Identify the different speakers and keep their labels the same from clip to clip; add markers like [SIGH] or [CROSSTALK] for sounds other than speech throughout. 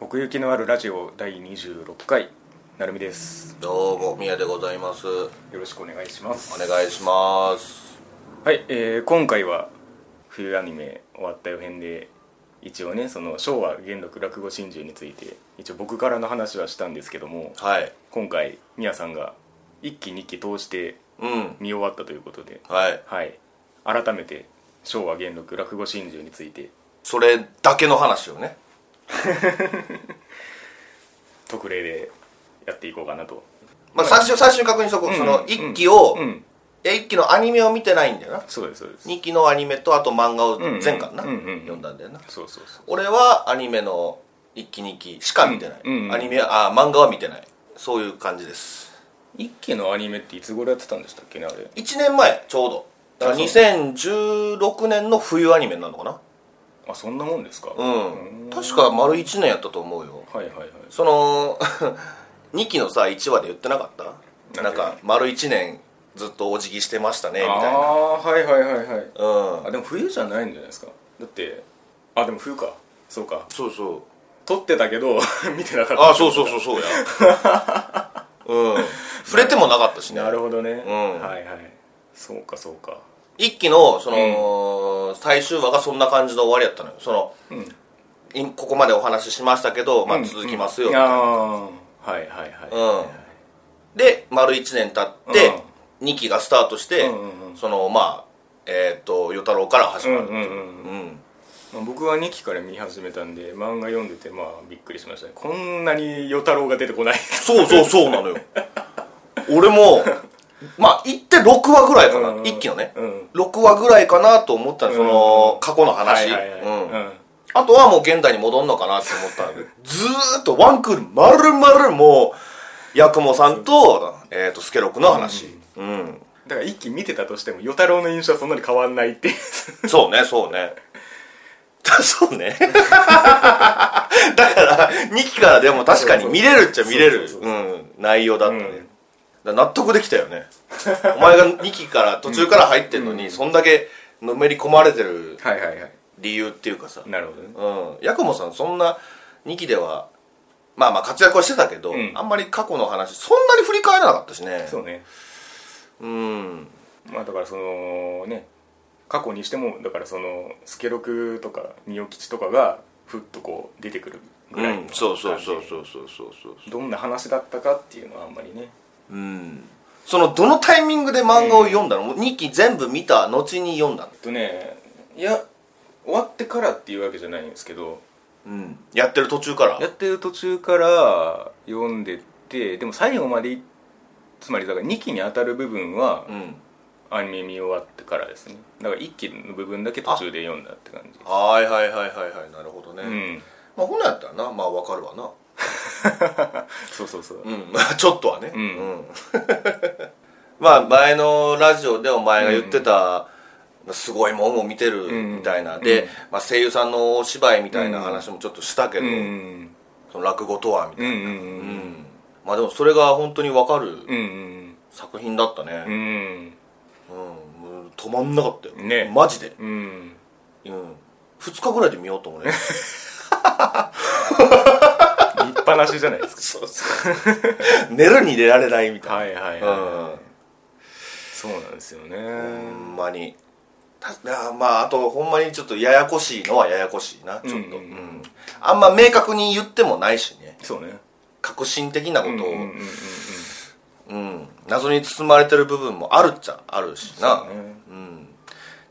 Speaker 1: 奥行きのあるラジオ第26回なるみです
Speaker 2: どうも宮でございますお
Speaker 1: よろしくお願いします
Speaker 2: 願いします
Speaker 1: はい、えー今回は冬アニメ終わった予編で一応ねその昭和元禄落語真珠について一応僕からの話はしたんですけども
Speaker 2: はい
Speaker 1: 今回みやさんが1期2期通して
Speaker 2: うん
Speaker 1: 見終わったということで
Speaker 2: はい
Speaker 1: はい改めて昭和元禄落語真珠について
Speaker 2: それだけの話をね
Speaker 1: 特例でやっていこうかなと
Speaker 2: まあ最初最初に確認しとこう、
Speaker 1: うん
Speaker 2: その1期を、
Speaker 1: うん
Speaker 2: え1期のアニメを見てないんだよな
Speaker 1: そうですそうです
Speaker 2: 2期のアニメとあと漫画を
Speaker 1: んうん
Speaker 2: 前回な、
Speaker 1: うんうん
Speaker 2: 読んだんだよな
Speaker 1: そうそうそう
Speaker 2: 俺はアニメの1期2期しか見てない、
Speaker 1: うんうんうん
Speaker 2: アニメあ漫画は見てないそういう感じです
Speaker 1: 一期のアニメっていつ頃やってたんでしたっけねあれ
Speaker 2: 1年前ちょうどだか
Speaker 1: あ
Speaker 2: ら
Speaker 1: そう
Speaker 2: 2016年の冬アニメになるのかな
Speaker 1: あそんなもんですか、
Speaker 2: う
Speaker 1: はい
Speaker 2: ん確か丸1年やったと思うよ
Speaker 1: はいはい
Speaker 2: その2期のさ1話で言ってなかった
Speaker 1: な
Speaker 2: なんん
Speaker 1: て
Speaker 2: か丸1年ずっとお辞儀してましたねみたいな
Speaker 1: ああーはいはいはいはい
Speaker 2: うん
Speaker 1: あでも冬じゃないんじゃないですかだってあでも冬かそうか
Speaker 2: そうそう
Speaker 1: 撮ってたけど [LAUGHS] 見てなかった
Speaker 2: あそうそうそうそうや [LAUGHS] うん触れてもなかったしね
Speaker 1: なるほどね、
Speaker 2: うん
Speaker 1: はいはいそうかそうか
Speaker 2: 1期のその、最終話がそんな感じの終わりやったのよその、
Speaker 1: ん
Speaker 2: いここまでお話ししましたけど、ま
Speaker 1: う
Speaker 2: あ、
Speaker 1: ん
Speaker 2: 続きますよ、みたいな
Speaker 1: ああーはいはいはい
Speaker 2: うんで丸1年経って、2期がスタートして、
Speaker 1: うんうんうん
Speaker 2: そのまあえっ、と与太郎から始
Speaker 1: うん
Speaker 2: ま
Speaker 1: う
Speaker 2: る、
Speaker 1: んうんうん
Speaker 2: うん
Speaker 1: まあ僕は2期から見始めたんで漫画読んでてまあびっくりしましたねこんなに与太郎が出てこない
Speaker 2: [LAUGHS] そうそうそうなのよ俺もまあ言って6話ぐらいか
Speaker 1: うん
Speaker 2: な一気のね
Speaker 1: うん
Speaker 2: 6話ぐらいかなと思ったのその過去の話
Speaker 1: はいはいはい、
Speaker 2: うん
Speaker 1: うん
Speaker 2: あとはもう現代に戻んのかなって思ったんだけどずーっとワンクール丸々もう八雲さんとえっと助六の話うん
Speaker 1: だから一気に見てたとしても与太郎の印象はそんなに変わんないっていう
Speaker 2: そうねそうね [LAUGHS] そうね [LAUGHS] だから2期からでも確かに見れるっちゃ見れる
Speaker 1: そうそう
Speaker 2: うん内容だったね、
Speaker 1: うん
Speaker 2: だ納得できたよねお前が2期から途中から入ってんのに、そんだけのめり込まれてる
Speaker 1: はいはいはい
Speaker 2: 理由っていうかさ
Speaker 1: [LAUGHS] なるほどね
Speaker 2: うん八雲さんそんな2期ではまあまあ活躍はしてたけど、
Speaker 1: ん
Speaker 2: あんまり過去の話そんなに振り返らなかったしね
Speaker 1: そうね
Speaker 2: うん
Speaker 1: まあだからそのね過去にしてもだからその助六とか三吉とかがふっとこう出てくるぐ
Speaker 2: う
Speaker 1: らいの
Speaker 2: んそうそうそう
Speaker 1: う
Speaker 2: そうそうそうそう
Speaker 1: どんな話だったかっていうのはあんまりね
Speaker 2: うんそのどのタイミングで漫画を読んだの、もう2期全部見た後に読んだの
Speaker 1: えっとねいや終わってからっていうわけじゃないんですけど
Speaker 2: うんやってる途中から
Speaker 1: やってる途中から読んでってでも最後までいつまりだから2期に当たる部分は
Speaker 2: うん
Speaker 1: アニメ見終わってからですねだから一期の部分だけ途中で読んだって感じ
Speaker 2: はいはいはいはいはいなるほどね、
Speaker 1: うん
Speaker 2: まあほなやったらなまあわかるわな
Speaker 1: そうそうそう、
Speaker 2: うんちょっとはね
Speaker 1: うん
Speaker 2: [LAUGHS] まあ前のラジオでお前が言ってた、すごいもんを見てるみたいな、
Speaker 1: うん
Speaker 2: で、まあ、声優さんのお芝居みたいな話もちょっとしたけ
Speaker 1: う
Speaker 2: ど、
Speaker 1: ん
Speaker 2: その落語とはみた
Speaker 1: う
Speaker 2: い
Speaker 1: んう
Speaker 2: な、
Speaker 1: んう
Speaker 2: うん
Speaker 1: ん
Speaker 2: まあでもそれが本当にわかる
Speaker 1: うんうん
Speaker 2: 作品だったね、
Speaker 1: うん
Speaker 2: うん、もう止まんなかったよ
Speaker 1: ね
Speaker 2: マジで、
Speaker 1: うん
Speaker 2: うん、2日ぐらいで見ようと思うね [LAUGHS]
Speaker 1: 見っぱなしじゃないです
Speaker 2: そうそう寝るに寝られないみ
Speaker 1: か
Speaker 2: た
Speaker 1: はいはいはい、
Speaker 2: いな、うん
Speaker 1: そうなんですよね、
Speaker 2: ほんまにたあまああとほんまにちょっとややこしいのはややこしいなちょっと、
Speaker 1: うんうんうん
Speaker 2: うんあんま明確に言ってもないしね
Speaker 1: そうね
Speaker 2: 革新的なことを、
Speaker 1: う
Speaker 2: う
Speaker 1: ん
Speaker 2: ん
Speaker 1: うんうんうん
Speaker 2: 謎に包まれてる部分もあるっちゃあるしな、
Speaker 1: そううね
Speaker 2: ん、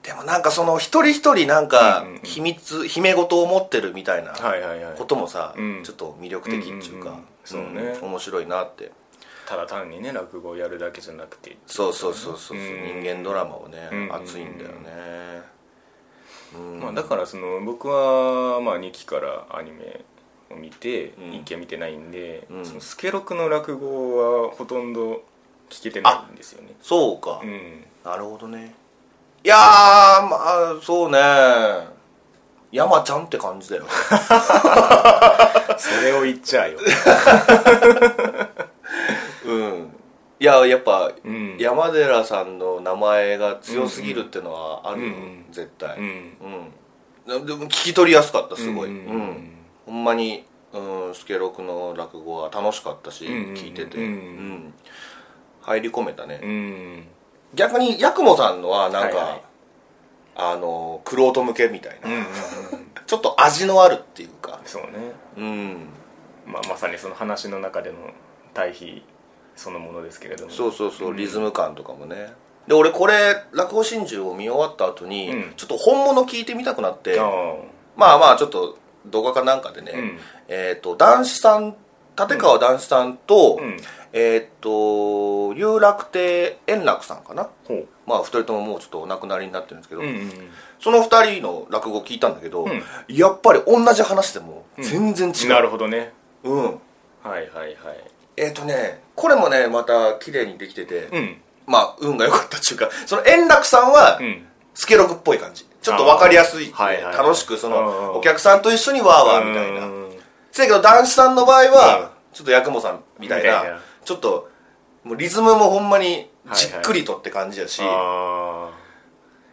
Speaker 2: でもなんかその一人一人なんか
Speaker 1: うんうんうん
Speaker 2: 秘密、秘め事を持ってるみたいな
Speaker 1: はいはいはい
Speaker 2: こともさ、
Speaker 1: うん
Speaker 2: ちょっと魅力的っていうか、
Speaker 1: うんうんうんそうね
Speaker 2: ん面白いなって
Speaker 1: ただ単にね落語をやるだけじゃなくて
Speaker 2: そうそうそうそう、
Speaker 1: うん
Speaker 2: 人間ドラマをね、
Speaker 1: うん
Speaker 2: 熱いんだよねうん
Speaker 1: まあ、だからその僕はまあ2期からアニメを見て
Speaker 2: うん
Speaker 1: 1期は見てないんで、
Speaker 2: うん
Speaker 1: そのスケロクの落語はほとんど聞けてないんですよね
Speaker 2: そうか、
Speaker 1: うん
Speaker 2: なるほどねいやーまあそうね山ちゃんって感じだ
Speaker 1: [LAUGHS]
Speaker 2: よ
Speaker 1: それを言っちゃうよ、
Speaker 2: うんいややっぱ、
Speaker 1: うん、
Speaker 2: 山寺さんの名前が強すぎるってのはあるよ、
Speaker 1: うんうん
Speaker 2: 絶対
Speaker 1: うん
Speaker 2: うん、でも聞き取りやすかったすごい、
Speaker 1: うん
Speaker 2: うんほんまにうん、スケロクの落語は楽しかったし、
Speaker 1: うんうんうん
Speaker 2: 聞いてて、
Speaker 1: うん
Speaker 2: うん入り込めたね、
Speaker 1: うん
Speaker 2: 逆に八雲さんのはなんか、
Speaker 1: はいはい
Speaker 2: あのクロート向けみたい
Speaker 1: う
Speaker 2: な、
Speaker 1: んうんうん
Speaker 2: ちょっと味のあるっていうか
Speaker 1: そうね、
Speaker 2: うん
Speaker 1: まあ、まさにその話の中での対比そのものですけれども
Speaker 2: そう
Speaker 1: そ
Speaker 2: そうそう、リズム感とかもねで俺これ落語真珠を見終わった後に、
Speaker 1: うん
Speaker 2: ちょっと本物聞いてみたくなって
Speaker 1: あ
Speaker 2: まあまあちょっと動画かなんかでね、
Speaker 1: うん
Speaker 2: えっ、と男子さん立川男子さんと、
Speaker 1: あうん
Speaker 2: えっ、と有楽亭円楽さんかな
Speaker 1: ほう
Speaker 2: まあ2人とももうちょっとお亡くなりになってるんですけど、
Speaker 1: うんうん
Speaker 2: その2人の落語聞いたんだけど、
Speaker 1: ん
Speaker 2: やっぱり同じ話でも全然
Speaker 1: う
Speaker 2: 違
Speaker 1: んな
Speaker 2: う、
Speaker 1: るほどね
Speaker 2: うん
Speaker 1: はいはいはい
Speaker 2: えっ、とねこれもねまた綺麗にできてて、
Speaker 1: うん
Speaker 2: まあ運が良かったっていうかその円楽さんは、
Speaker 1: うん
Speaker 2: スケロクっぽい感じちょっと分かりやすい、
Speaker 1: あーはいはい
Speaker 2: 楽しくそ
Speaker 1: うん
Speaker 2: のお客さんと一緒にわーわーみたいなせやけど男子さんの場合は、ちょっと八雲さんみたいな
Speaker 1: みたいな
Speaker 2: ちょっともうリズムもほんまに
Speaker 1: はい
Speaker 2: じっくりとって感じやし、
Speaker 1: あ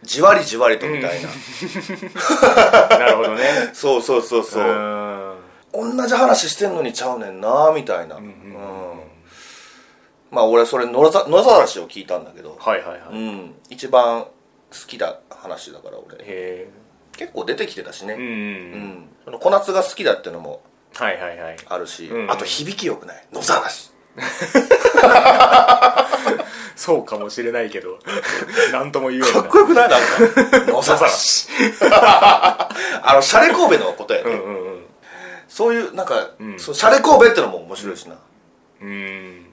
Speaker 2: じわりじわりとみたいな、
Speaker 1: あなるほどね
Speaker 2: そうそうそうそう、
Speaker 1: ーん
Speaker 2: 同じ話してんのにちゃうねんなみたいな、うん
Speaker 1: うん
Speaker 2: まあ俺それ野ざ野ざらしを聞いたんだけど、
Speaker 1: はいはいは
Speaker 2: う
Speaker 1: いへ
Speaker 2: ん、一番好きな話だから俺
Speaker 1: え
Speaker 2: 結構出てきてたしね、
Speaker 1: うん
Speaker 2: う
Speaker 1: うん
Speaker 2: ん、その小夏が好きだってのも
Speaker 1: はいはいはい
Speaker 2: あるし、
Speaker 1: うん
Speaker 2: あと響きよくない野ざらし
Speaker 1: そうかもしれないけど [LAUGHS] なんとも言えんな
Speaker 2: かっこよくないなんか野ざらし [LAUGHS] あのシャレ神戸のことやね、
Speaker 1: うんうんうん
Speaker 2: そういうなんか、
Speaker 1: うん
Speaker 2: そうシャレ神戸ってのも面白いしな
Speaker 1: うーん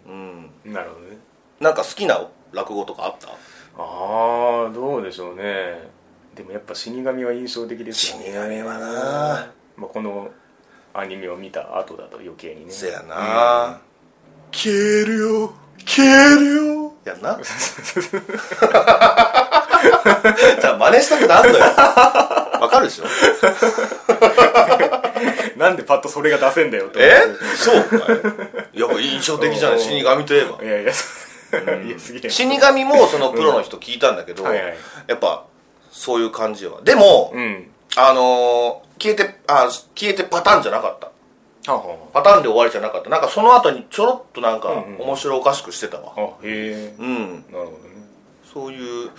Speaker 2: うん、
Speaker 1: なるほどね
Speaker 2: なんか好きな落語とかあった
Speaker 1: ああどうでしょうねでもやっぱ死神は印象的ですよね
Speaker 2: 死神はな
Speaker 1: まあ、このアニメを見た後だと余計にね
Speaker 2: せやな、消えるよ消えるよやんな [LAUGHS] じゃあ真似したくなるのよわかるでしょ
Speaker 1: なんでパッとそれが出せんだよって思
Speaker 2: え
Speaker 1: う
Speaker 2: そうかいやっぱ印象的じゃない死神といえば
Speaker 1: いやいや、いやすげえ。
Speaker 2: 死神もそのプロの人聞いたんだけど、
Speaker 1: はいはい。
Speaker 2: やっぱそういう感じはでも、
Speaker 1: うん。
Speaker 2: あのー消えてあ消えてパターンじゃなかった
Speaker 1: はは
Speaker 2: パターンで終わりじゃなかったなんかその後にちょろっとなんか
Speaker 1: うんうん
Speaker 2: 面白おかしくしてたわ
Speaker 1: あはあ。へえ。
Speaker 2: うん、
Speaker 1: なるほどね。
Speaker 2: そういう、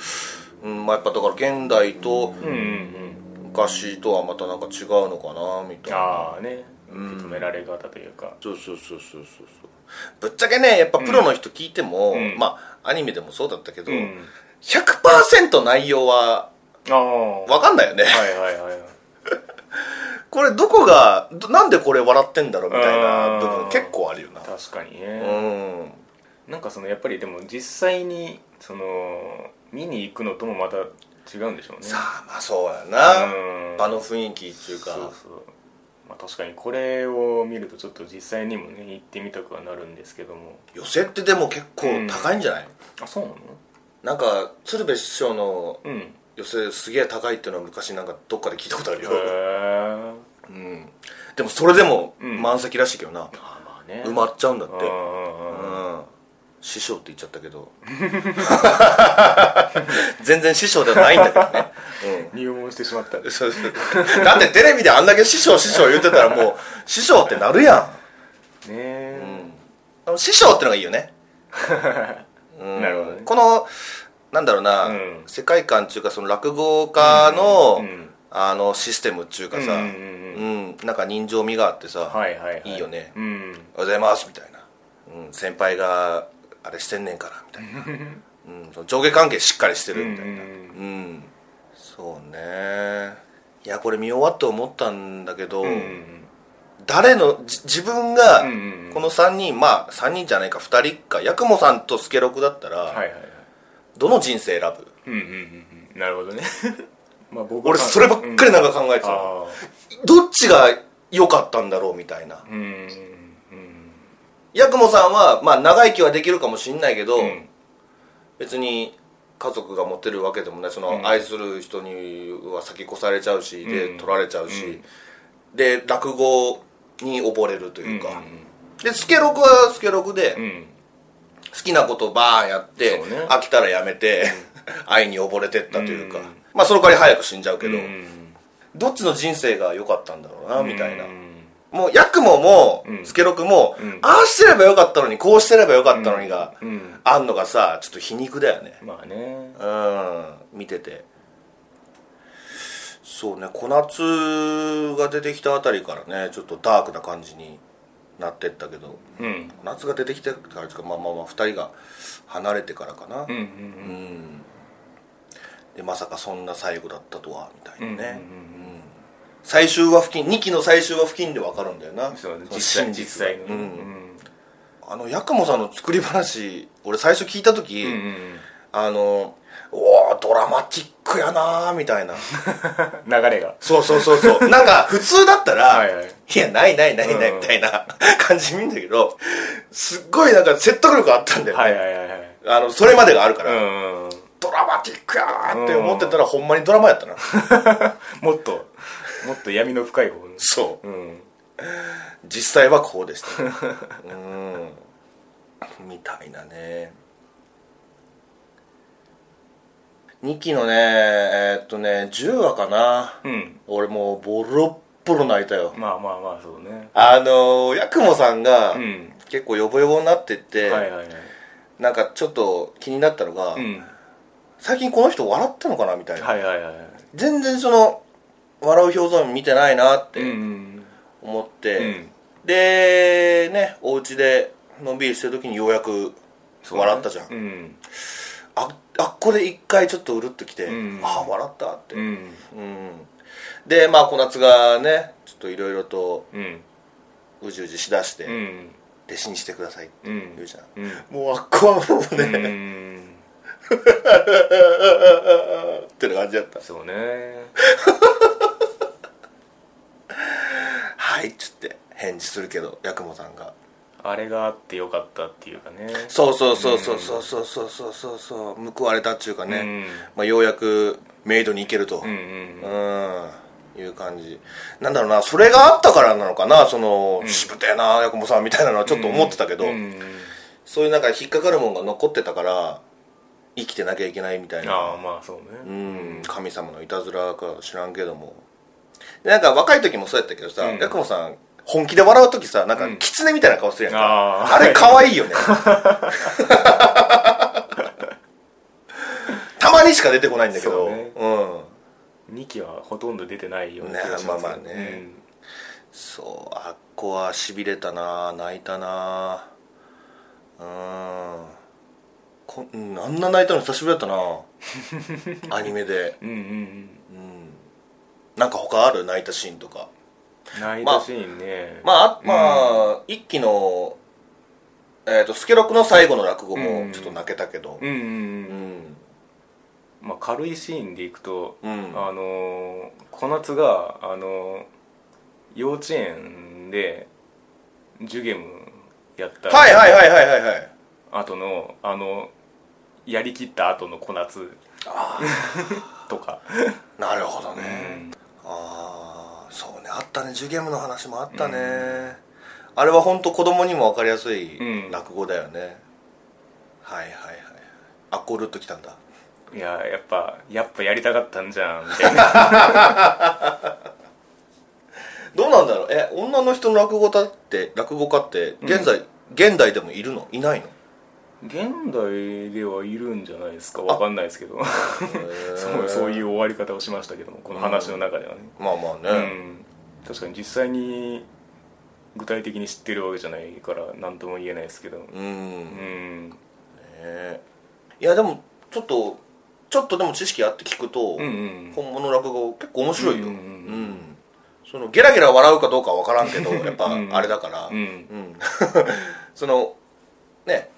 Speaker 2: うんまあ、やっぱだから現代と
Speaker 1: うんうん
Speaker 2: 昔とはまたなんか違うのかなみ
Speaker 1: うん。
Speaker 2: たいな
Speaker 1: ああね。受け止められ方というか。
Speaker 2: そうそうそうそうそうそうぶっちゃけねやっぱプロの人聞いても、
Speaker 1: うん
Speaker 2: まあアニメでもそうだったけど、
Speaker 1: うん。
Speaker 2: 100%内容は
Speaker 1: ああ。は
Speaker 2: 分かんないよね
Speaker 1: いはいはい。
Speaker 2: これどこがどなんでこれ笑ってんだろうみたいな部
Speaker 1: う
Speaker 2: 分
Speaker 1: ん
Speaker 2: 結構あるよな
Speaker 1: 確かに
Speaker 2: う
Speaker 1: ね。
Speaker 2: ん
Speaker 1: なんかそのやっぱりでも実際に、その、見に行くのともまた違うんでしょうね。
Speaker 2: さあまあそうやな、
Speaker 1: うん。
Speaker 2: 場の雰囲気っていうか
Speaker 1: そうそう。まあ確かにこれを見るとちょっと実際にもね、行ってみたくはなるんですけども。
Speaker 2: 寄せってでも結構高いんじゃない、
Speaker 1: あ、そうなの
Speaker 2: なんか鶴瓶師匠の
Speaker 1: うん。へ
Speaker 2: 寄せすげえ高いっていうのは昔なんかどっかで聞いたことあるよ、
Speaker 1: え。
Speaker 2: うん、でもそれでも
Speaker 1: うん
Speaker 2: 満席らしいけどな、
Speaker 1: あまあね。
Speaker 2: 埋まっちゃうんだって
Speaker 1: うんうんう
Speaker 2: う
Speaker 1: んうん
Speaker 2: ん師匠って言っちゃったけど [LAUGHS] 全然師匠ではないんだけどね、
Speaker 1: 入門してしまった
Speaker 2: うん、そうそうだってテレビであんだけ師匠師匠言ってたらもう師匠ってなるや
Speaker 1: ねえ
Speaker 2: ん、うんあの、師匠ってのがいいよね、うん
Speaker 1: なるほどね
Speaker 2: このなんだろうな、
Speaker 1: うん
Speaker 2: 世界観っていうかその落語家の、あのシステムっていうかさ、
Speaker 1: うんうんう
Speaker 2: うんなんか人情味があってさ、
Speaker 1: はいはいはい
Speaker 2: いいよね
Speaker 1: うん
Speaker 2: おはようございますみたいな、うん、先輩があれしてんねんからみたいな、うん、その上下関係しっかりしてるみたいな
Speaker 1: う
Speaker 2: うんん、
Speaker 1: うん
Speaker 2: そうねいやこれ見終わって思ったんだけど、
Speaker 1: うん
Speaker 2: 誰のじ自分が
Speaker 1: うんうんうん
Speaker 2: この3人まあ3人じゃないか2人か八雲さんと助六だったら、
Speaker 1: はいはいはい
Speaker 2: どの人生選ぶ
Speaker 1: うんうんうんうんなるほどね [LAUGHS] まあ僕は
Speaker 2: 俺そればっかりなんか考えてたの、
Speaker 1: あ
Speaker 2: どっちが良かったんだろうみたいな
Speaker 1: ーうんうんうん
Speaker 2: 八雲さんは、まあ、長生きはできるかもしんないけど、
Speaker 1: うん
Speaker 2: 別に家族が持てるわけでもないその、
Speaker 1: うん
Speaker 2: 愛する人には先越されちゃうしで、
Speaker 1: うん
Speaker 2: 取られちゃうし、で落語に溺れるというか、でスケロクはスケロクで、
Speaker 1: うん
Speaker 2: 好
Speaker 1: うん
Speaker 2: きなことバーンやって、
Speaker 1: そうね
Speaker 2: 飽きたらやめて、愛に溺れてったというか、
Speaker 1: うん
Speaker 2: まあその代わり早く死んじゃうけど、
Speaker 1: うん
Speaker 2: どっちの人生が良かったんだろうなみたいな、
Speaker 1: うん
Speaker 2: もうヤクモも
Speaker 1: うん
Speaker 2: スケロクも、
Speaker 1: うん
Speaker 2: ああしてればよかったのにこうしてればよかったのにが、
Speaker 1: うん
Speaker 2: あんのがさちょっと皮肉だよね
Speaker 1: まあね
Speaker 2: うん見ててそうね小夏が出てきたあたりからねちょっとダークな感じになってったけど
Speaker 1: うん
Speaker 2: 小夏が出てきたからですかまあまあまあ2人が離れてからかな
Speaker 1: うんうん
Speaker 2: うんでまさかそんな最後だったとはみたいなね、
Speaker 1: うん
Speaker 2: うん最終話付近2期の最終話付近で分かるんだよな
Speaker 1: うんそう
Speaker 2: の
Speaker 1: 実際
Speaker 2: 真
Speaker 1: 実際の
Speaker 2: う
Speaker 1: うんん
Speaker 2: あの八雲さんの作り話俺最初聞いた時、
Speaker 1: うんうん
Speaker 2: あのおおドラマチックやなーみたいな
Speaker 1: 流れが
Speaker 2: そうそうそう
Speaker 1: [LAUGHS]
Speaker 2: そうなんか普通だったら
Speaker 1: はいはい
Speaker 2: やないないないない
Speaker 1: うん
Speaker 2: みたいな [LAUGHS] 感じ見んだけどすっごいなんか説得力あったんだよね、
Speaker 1: はいはいはいはい
Speaker 2: あのそれまでがあるから、
Speaker 1: うんうん
Speaker 2: ドラマチックやなーって思ってたら、ほんまにドラマやっ
Speaker 1: [LAUGHS]
Speaker 2: たな
Speaker 1: もっともっと闇の深い方
Speaker 2: そう
Speaker 1: うん
Speaker 2: 実際はこうでしたうんみたいなね2期のねえーっとね10話かな、
Speaker 1: うん
Speaker 2: 俺もうボロッボロ泣いたよ
Speaker 1: まあまあまあそうね
Speaker 2: あのー八雲さんが
Speaker 1: うん
Speaker 2: 結構ヨボヨボになってって、
Speaker 1: はいはいはい
Speaker 2: なんかちょっと気になったのが、
Speaker 1: うん
Speaker 2: 最近この人笑ったのかなみたいな、
Speaker 1: はいはいはいはい
Speaker 2: 全然その笑う表情見てないなっ
Speaker 1: うんう
Speaker 2: て
Speaker 1: ん
Speaker 2: 思っ
Speaker 1: う
Speaker 2: て、
Speaker 1: ん
Speaker 2: でねお家でのんびりしてる時にようやく笑ったじゃん、
Speaker 1: うん
Speaker 2: ああっこで一回ちょっとうるっときて、
Speaker 1: うん
Speaker 2: ああ笑ったって
Speaker 1: う
Speaker 2: うん、
Speaker 1: ん
Speaker 2: でまあ小夏がねちょっといろいろと
Speaker 1: うん
Speaker 2: うじうじしだして、
Speaker 1: うん
Speaker 2: 弟子にしてくださいって
Speaker 1: うん
Speaker 2: 言うじゃん、
Speaker 1: うん
Speaker 2: もうあっこはもう
Speaker 1: う
Speaker 2: ね、
Speaker 1: ん
Speaker 2: ってな感じだった
Speaker 1: そうね
Speaker 2: 「はい」っつって返事するけど八雲さんが
Speaker 1: あれがあってよかったっていうかね
Speaker 2: そうそうそうそうそうそうそうそうそうそう報われたっていうかね、
Speaker 1: うん
Speaker 2: まあ、ようやくメイドに行けると、
Speaker 1: うんうんうん
Speaker 2: うんいう感じなんだろうなそれがあったからなのかなその、しぶてえな八雲さんみたいなのはちょっと思ってたけど、
Speaker 1: うん
Speaker 2: そういうなんか引っかかるもんが残ってたから生きてなきゃいけないみたい
Speaker 1: ああ
Speaker 2: な、
Speaker 1: まあそう
Speaker 2: う
Speaker 1: ね
Speaker 2: ん、神様のいたずらか知らんけどもでなんか若い時もそうやったけどさ
Speaker 1: うん
Speaker 2: 八雲、さん本気で笑う時さなんか
Speaker 1: うん
Speaker 2: 狐みたいな顔するやんか、
Speaker 1: あー
Speaker 2: あれ可愛い
Speaker 1: [LAUGHS]
Speaker 2: よねたまにしか出てこないんだけ
Speaker 1: そ
Speaker 2: ど
Speaker 1: うね
Speaker 2: うん
Speaker 1: 2期はほとんど出てないような
Speaker 2: ね
Speaker 1: 気がします
Speaker 2: まあまあねそうあっこはしびれたな泣いたなうんこうんあんな泣いたの久しぶりだっ
Speaker 1: [LAUGHS]
Speaker 2: たなアニメで
Speaker 1: うんうんうん
Speaker 2: うんなんか他ある泣いたシーンとか
Speaker 1: うん泣いたシーンね
Speaker 2: まああまあ、一期のえっ、とスケロクの最後の落語もちょっと泣けたけど
Speaker 1: うんうん
Speaker 2: う
Speaker 1: うん
Speaker 2: ん
Speaker 1: まあ軽いシーンでいくと
Speaker 2: うん
Speaker 1: あのー小夏があのー幼稚園でジュゲムやった
Speaker 2: はいはいはいはいはいはい
Speaker 1: 後のあのやりきった後の小夏 [LAUGHS] とか
Speaker 2: なるほど
Speaker 1: う
Speaker 2: ね、
Speaker 1: ん
Speaker 2: ああそうねあったねジュゲムの話もあったね、あれは本当子供にも分かりやすい
Speaker 1: うん
Speaker 2: 落語だよね、はいはいはいあっこルッときたんだ
Speaker 1: いややっぱやっぱやりたかったんじゃんみたいな
Speaker 2: どうなんだろうえ女の人の落語家って落語家って現在、現代でもいるのいないの
Speaker 1: 現代ではいるんじゃないですかわかんないですけど [LAUGHS] [LAUGHS] そうそういうう終わり方をしましたけどもこの話の中ではね、
Speaker 2: まあまあ
Speaker 1: う
Speaker 2: ね、
Speaker 1: ん確かに実際に具体的に知ってるわけじゃないから何とも言えないですけど
Speaker 2: うん
Speaker 1: う
Speaker 2: ね
Speaker 1: ん
Speaker 2: えいやでもちょっとちょっとでも知識あって聞くと、
Speaker 1: うんうん
Speaker 2: 本物落語結構面白い
Speaker 1: う
Speaker 2: よ、
Speaker 1: んうんうん
Speaker 2: そのゲラゲラ笑うかどうかは分から
Speaker 1: [LAUGHS]
Speaker 2: んけどやっぱ
Speaker 1: うん
Speaker 2: あれだから、
Speaker 1: うん
Speaker 2: [LAUGHS] そのね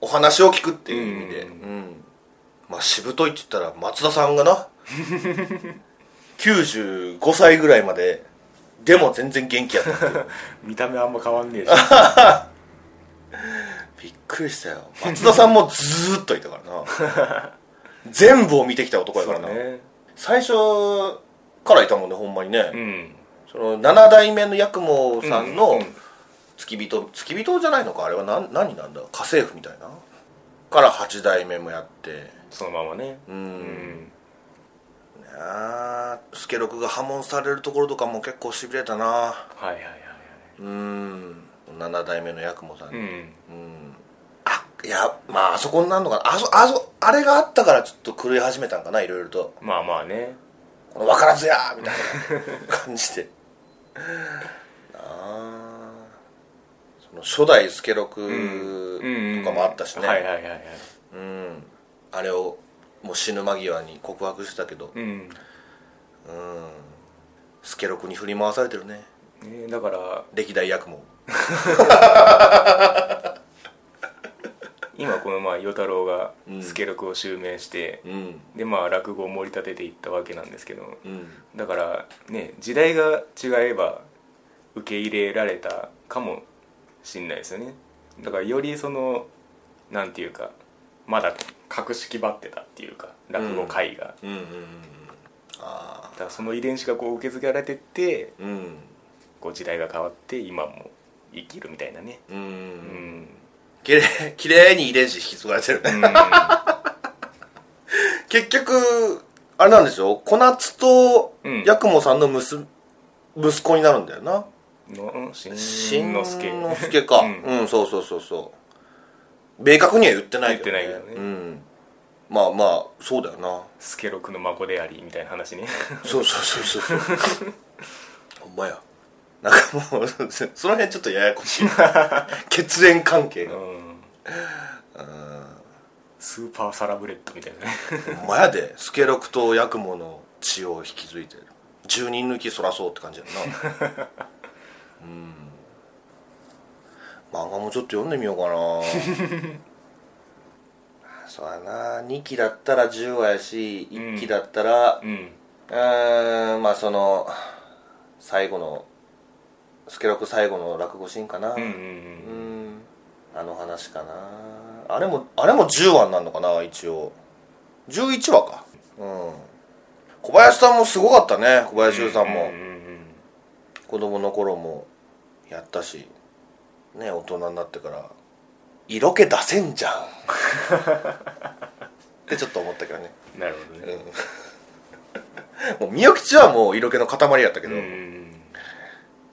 Speaker 2: お話を聞くっていう意味で、
Speaker 1: うん
Speaker 2: うんまあしぶといって言ったら松田さん
Speaker 1: [LAUGHS]
Speaker 2: がな95歳ぐらいまででも全然元気やった
Speaker 1: [LAUGHS]
Speaker 2: っていう
Speaker 1: 見た目あんま変わん
Speaker 2: [LAUGHS]
Speaker 1: ねえし
Speaker 2: びっくりしたよ松田さんもずーっといたか
Speaker 1: [LAUGHS]
Speaker 2: らな全部を見てきた男やからな、
Speaker 1: ね
Speaker 2: 最初からいたもんねほんまにね、
Speaker 1: うん
Speaker 2: その7代目の八雲さん
Speaker 1: う
Speaker 2: の
Speaker 1: ん
Speaker 2: 付き人、付き人じゃないのかあれは何何なんだ家政婦みたいなから8代目もやって
Speaker 1: そのままね
Speaker 2: う、
Speaker 1: うんん
Speaker 2: ああ助六が破門されるところとかも結構しびれたな
Speaker 1: はいはいはいはい
Speaker 2: うん7代目の八雲さん
Speaker 1: う
Speaker 2: に、うん
Speaker 1: ん
Speaker 2: あいやまああそこになんのかなあそあそあれがあったからちょっと狂い始めたんかないろいろと
Speaker 1: まあまあね
Speaker 2: この分からずやみたいな感じでなあその初代スケロク
Speaker 1: うん
Speaker 2: とかもあったしね、
Speaker 1: はいはいはいはい
Speaker 2: うんあれをもう死ぬ間際に告白してたけど
Speaker 1: うん
Speaker 2: うんスケロクに振り回されてるね
Speaker 1: ねだから
Speaker 2: 歴代役も
Speaker 1: 今このまあ与太郎が助力を襲名して、
Speaker 2: うん
Speaker 1: でまあ落語を盛り立てていったわけなんですけど
Speaker 2: うん
Speaker 1: だからね時代が違えば受け入れられたかもしんないですよねだからよりそのなんていうかまだ格式ばってたっていうか落語界が、
Speaker 2: うんうんあ
Speaker 1: だからその遺伝子がこう受け継がれてって
Speaker 2: あうん
Speaker 1: こう時代が変わって今も生きるみたいなね
Speaker 2: うん、 [LAUGHS]
Speaker 1: うん、
Speaker 2: きれいきれいに遺伝子引き継がれてるね
Speaker 1: うん、は
Speaker 2: 結局あれなんでしょ小夏と
Speaker 1: うん
Speaker 2: 八雲さんの娘息子になるんだよな
Speaker 1: しんのすけ
Speaker 2: しんのすけか
Speaker 1: うん
Speaker 2: うん、そうそうそうそう明確には言ってないけど、ね、
Speaker 1: 言ってないけどね
Speaker 2: うん、まあまあそうだよな
Speaker 1: スケロクの孫でありみたいな話ね
Speaker 2: そうそうそうそうそうほんまやなんかもうその辺ちょっとややこしい
Speaker 1: [LAUGHS]
Speaker 2: 血縁関係
Speaker 1: う
Speaker 2: が
Speaker 1: んスーパーサラブレッドみたいなね
Speaker 2: ほんまやで助六と八雲の血を引き継いでる10人抜きそらそうって感じやなうん漫画もちょっと読んでみよ
Speaker 1: [LAUGHS]
Speaker 2: うかなそうやな2期だったら10話やし1期だったら
Speaker 1: うん
Speaker 2: うーんまあその最後の助六最後の落語シーンかな
Speaker 1: うんうん
Speaker 2: う
Speaker 1: うん
Speaker 2: んあの話かなあれもあれも10話になるのかな一応11話かうん小林さんもすごかったね小林優さんも
Speaker 1: うんうん
Speaker 2: 子供の頃もやったしね大人になってから色気出せんじゃんってちょっと思ったけどね
Speaker 1: うんなるほどね
Speaker 2: もうみよきちはもう色気の塊やったけ
Speaker 1: う
Speaker 2: ど、
Speaker 1: んう
Speaker 2: ね
Speaker 1: ん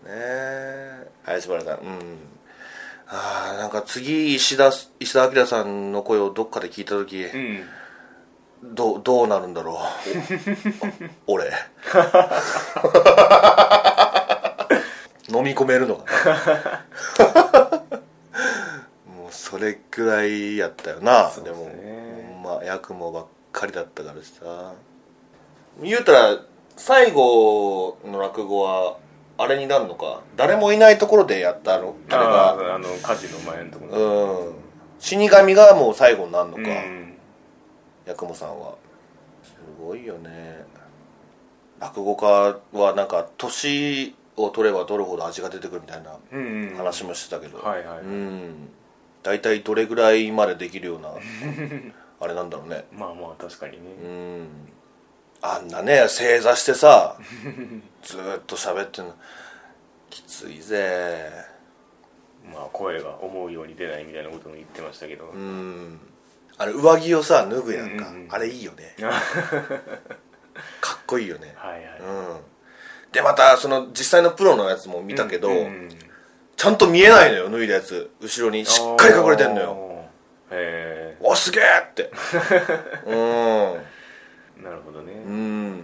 Speaker 2: え林原さんうんあーなんか次石田石田明さんの声をどっかで聞いた時、
Speaker 1: うんうん
Speaker 2: どうどうなるん
Speaker 1: [LAUGHS]
Speaker 2: だろうお俺飲み込めるのかな [LAUGHS] もうそれくらいやったよな
Speaker 1: そう
Speaker 2: で
Speaker 1: です
Speaker 2: も
Speaker 1: ね
Speaker 2: ほんま役もばっかりだったからさ言うたら最後の落語はあれになるのか誰もいないところでやったのあれ
Speaker 1: あ
Speaker 2: が
Speaker 1: ーあの火事の前のところ
Speaker 2: うん死神がもう最後になるのか、
Speaker 1: うん
Speaker 2: 八雲さんはすごいよね落語家はなんか年を取れば取るほど味が出てくるみたいな
Speaker 1: うんうん
Speaker 2: 話もしてたけど、
Speaker 1: はいはい
Speaker 2: うん大体どれぐらいまでできるようなあれなんだろうね
Speaker 1: まあまあ確かにね
Speaker 2: うんあんなね正座してさずーっと喋ってんのきついぜ
Speaker 1: まあ声が思うように出ないみたいなことも言ってましたけど
Speaker 2: うんあれ上着をさ脱ぐやんか、
Speaker 1: うんうんうん
Speaker 2: あれいいよね
Speaker 1: は
Speaker 2: かっこいいよね
Speaker 1: いはい
Speaker 2: うん、でまたその実際のプロのやつも見たけど、
Speaker 1: うんうん
Speaker 2: ちゃんと見えないのよ脱いだやつ後ろにしっかり隠れてんのよ
Speaker 1: よへ
Speaker 2: おすげえって
Speaker 1: [LAUGHS] えなるほどね
Speaker 2: うんうん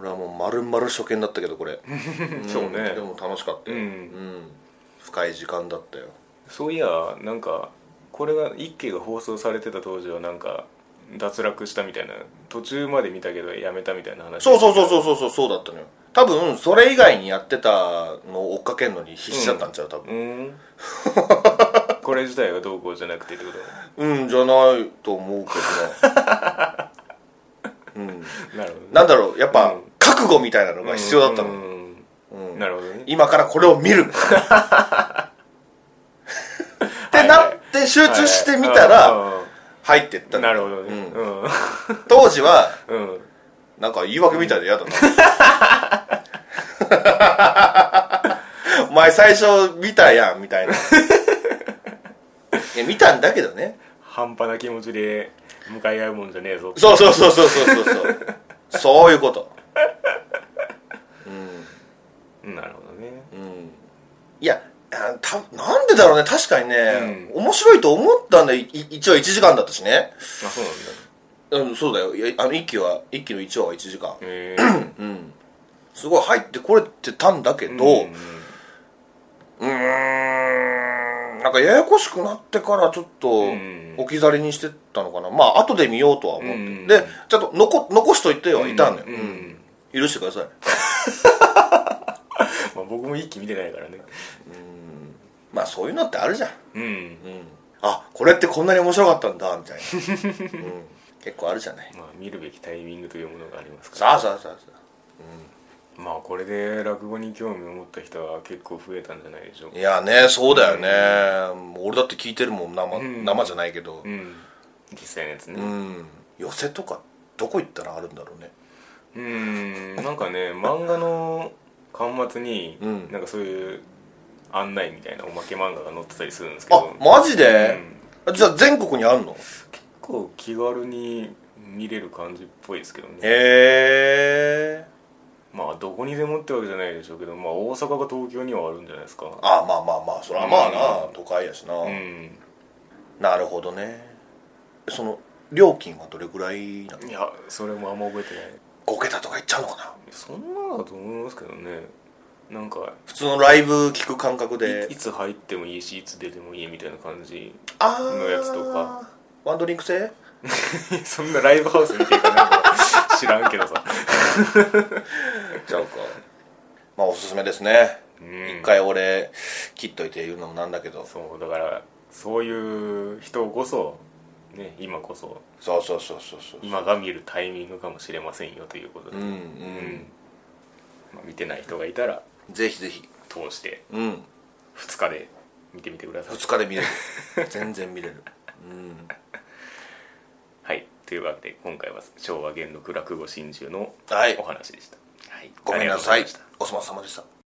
Speaker 2: 俺はもう丸々初見だったけどこれ、ん
Speaker 1: [LAUGHS] そうね
Speaker 2: でも楽しかったよ、
Speaker 1: うん
Speaker 2: ん深い時間だったよ
Speaker 1: そういやなんかこれが一期が放送されてた当時はなんか脱落したみたいな途中まで見たけどやめたみたいな話
Speaker 2: そうそうそうそうそうそうそうだったのよ多分それ以外にやってたのを追っかけるのに必死だったんちゃう多分
Speaker 1: う
Speaker 2: [LAUGHS]
Speaker 1: ーんこれ自体がどうこうじゃなくてってこと
Speaker 2: うん、じゃないと思うけ
Speaker 1: [LAUGHS]
Speaker 2: どなうん
Speaker 1: なるほどね
Speaker 2: なんだろう、やっぱ、
Speaker 1: うん
Speaker 2: 覚悟みたいなのが必要だったの。
Speaker 1: うん
Speaker 2: うん
Speaker 1: なるほどね
Speaker 2: 今からこれを
Speaker 1: [LAUGHS]
Speaker 2: 見るってなって集中してみたら、
Speaker 1: はい
Speaker 2: 入ってった
Speaker 1: あー
Speaker 2: の
Speaker 1: なるほどね
Speaker 2: うん
Speaker 1: うん
Speaker 2: 当時は、
Speaker 1: うん、うん
Speaker 2: なんか言い訳みたいで嫌だな。お前最初見たやん、みたいな。いや、見たんだけどね。
Speaker 1: 半端な気持ちで向かい合うもんじゃねえぞ
Speaker 2: そうそうそうそうそうそうそう。そういうこと。
Speaker 1: うんなるほどね
Speaker 2: うん。たなんでだろうね確かにね、面白いと思ったんだよいい一応1時間だったしね
Speaker 1: あそうなんだ
Speaker 2: うんそうだよいやあの1期は1期の1話は1時間
Speaker 1: へえ
Speaker 2: うんすごい入ってこれてたんだけど
Speaker 1: うん
Speaker 2: うーんなんかややこしくなってからちょっと
Speaker 1: ん
Speaker 2: 置き去りにしてったのかなまあ後で見ようとは思って、
Speaker 1: うん
Speaker 2: でちゃんと残残しといてはいたんだよ、
Speaker 1: うんうん
Speaker 2: うん許してください
Speaker 1: まあ僕も一気見てないからね
Speaker 2: まあそういうのってあるじゃん
Speaker 1: うん
Speaker 2: あこれってこんなに面白かったんだみたい
Speaker 1: [LAUGHS]
Speaker 2: な、うん、結構あるじゃない
Speaker 1: まあ見るべきタイミングというものがありますから
Speaker 2: さあさあさあさ
Speaker 1: まあこれで落語に興味を持った人は結構増えたんじゃないでしょう
Speaker 2: あ
Speaker 1: か
Speaker 2: いやねそうだよね、俺だって聞いてるもん生,、
Speaker 1: ん
Speaker 2: 生じゃないけど
Speaker 1: うん実際のやつ
Speaker 2: う
Speaker 1: ね
Speaker 2: ん、寄せとかどこ行ったらあるんだろうね
Speaker 1: うんなんかね漫画の巻末に
Speaker 2: うん
Speaker 1: なんかそういう案内みたいなおまけ漫画が載ってたりするんですけ
Speaker 2: あ
Speaker 1: ど
Speaker 2: マジで
Speaker 1: うん、
Speaker 2: あじゃあ全国にあるの
Speaker 1: 結構気軽に見れる感じっぽいですけどね
Speaker 2: へえ
Speaker 1: まあどこにでもってわけじゃないでしょうけどまあ大阪か東京にはあるんじゃないですか
Speaker 2: あまあまあまあそれはまあな、
Speaker 1: うん
Speaker 2: 都会やしな、
Speaker 1: うん
Speaker 2: なるほどねその料金はどれぐらいなの
Speaker 1: いやそれもあんま覚えてない
Speaker 2: 5桁とかいっちゃうのかな
Speaker 1: そんなだと思いますけどねなんか
Speaker 2: 普通のライブ聞く感覚で
Speaker 1: いいつ入ってもいいしいつ出てもいいみたいな感じ [LAUGHS]
Speaker 2: ああ
Speaker 1: のやつとか
Speaker 2: ワンドリンク制
Speaker 1: そんなライブハウスみたいかなんか知らんけどさ、
Speaker 2: ちゃうかまあおすすめですね
Speaker 1: うん
Speaker 2: 一、回俺切っといて言うのもなんだけど
Speaker 1: そうだからそういう人こそね今こそ
Speaker 2: そうそうそうそうそう
Speaker 1: 今が見るタイミングかもしれませんよということで、
Speaker 2: うんう
Speaker 1: うん
Speaker 2: ん、
Speaker 1: まあ、見てない人がいたら
Speaker 2: ぜひぜひ
Speaker 1: 通して
Speaker 2: うん
Speaker 1: 2日で見てみてください
Speaker 2: 2日で見
Speaker 1: [LAUGHS]
Speaker 2: れる全然見れるうん
Speaker 1: はいというわけで今回は昭和元禄落語心中の
Speaker 2: はい
Speaker 1: お話でした、はい
Speaker 2: ごめんなさ
Speaker 1: ありがとうござま
Speaker 2: い
Speaker 1: した
Speaker 2: お粗末様でした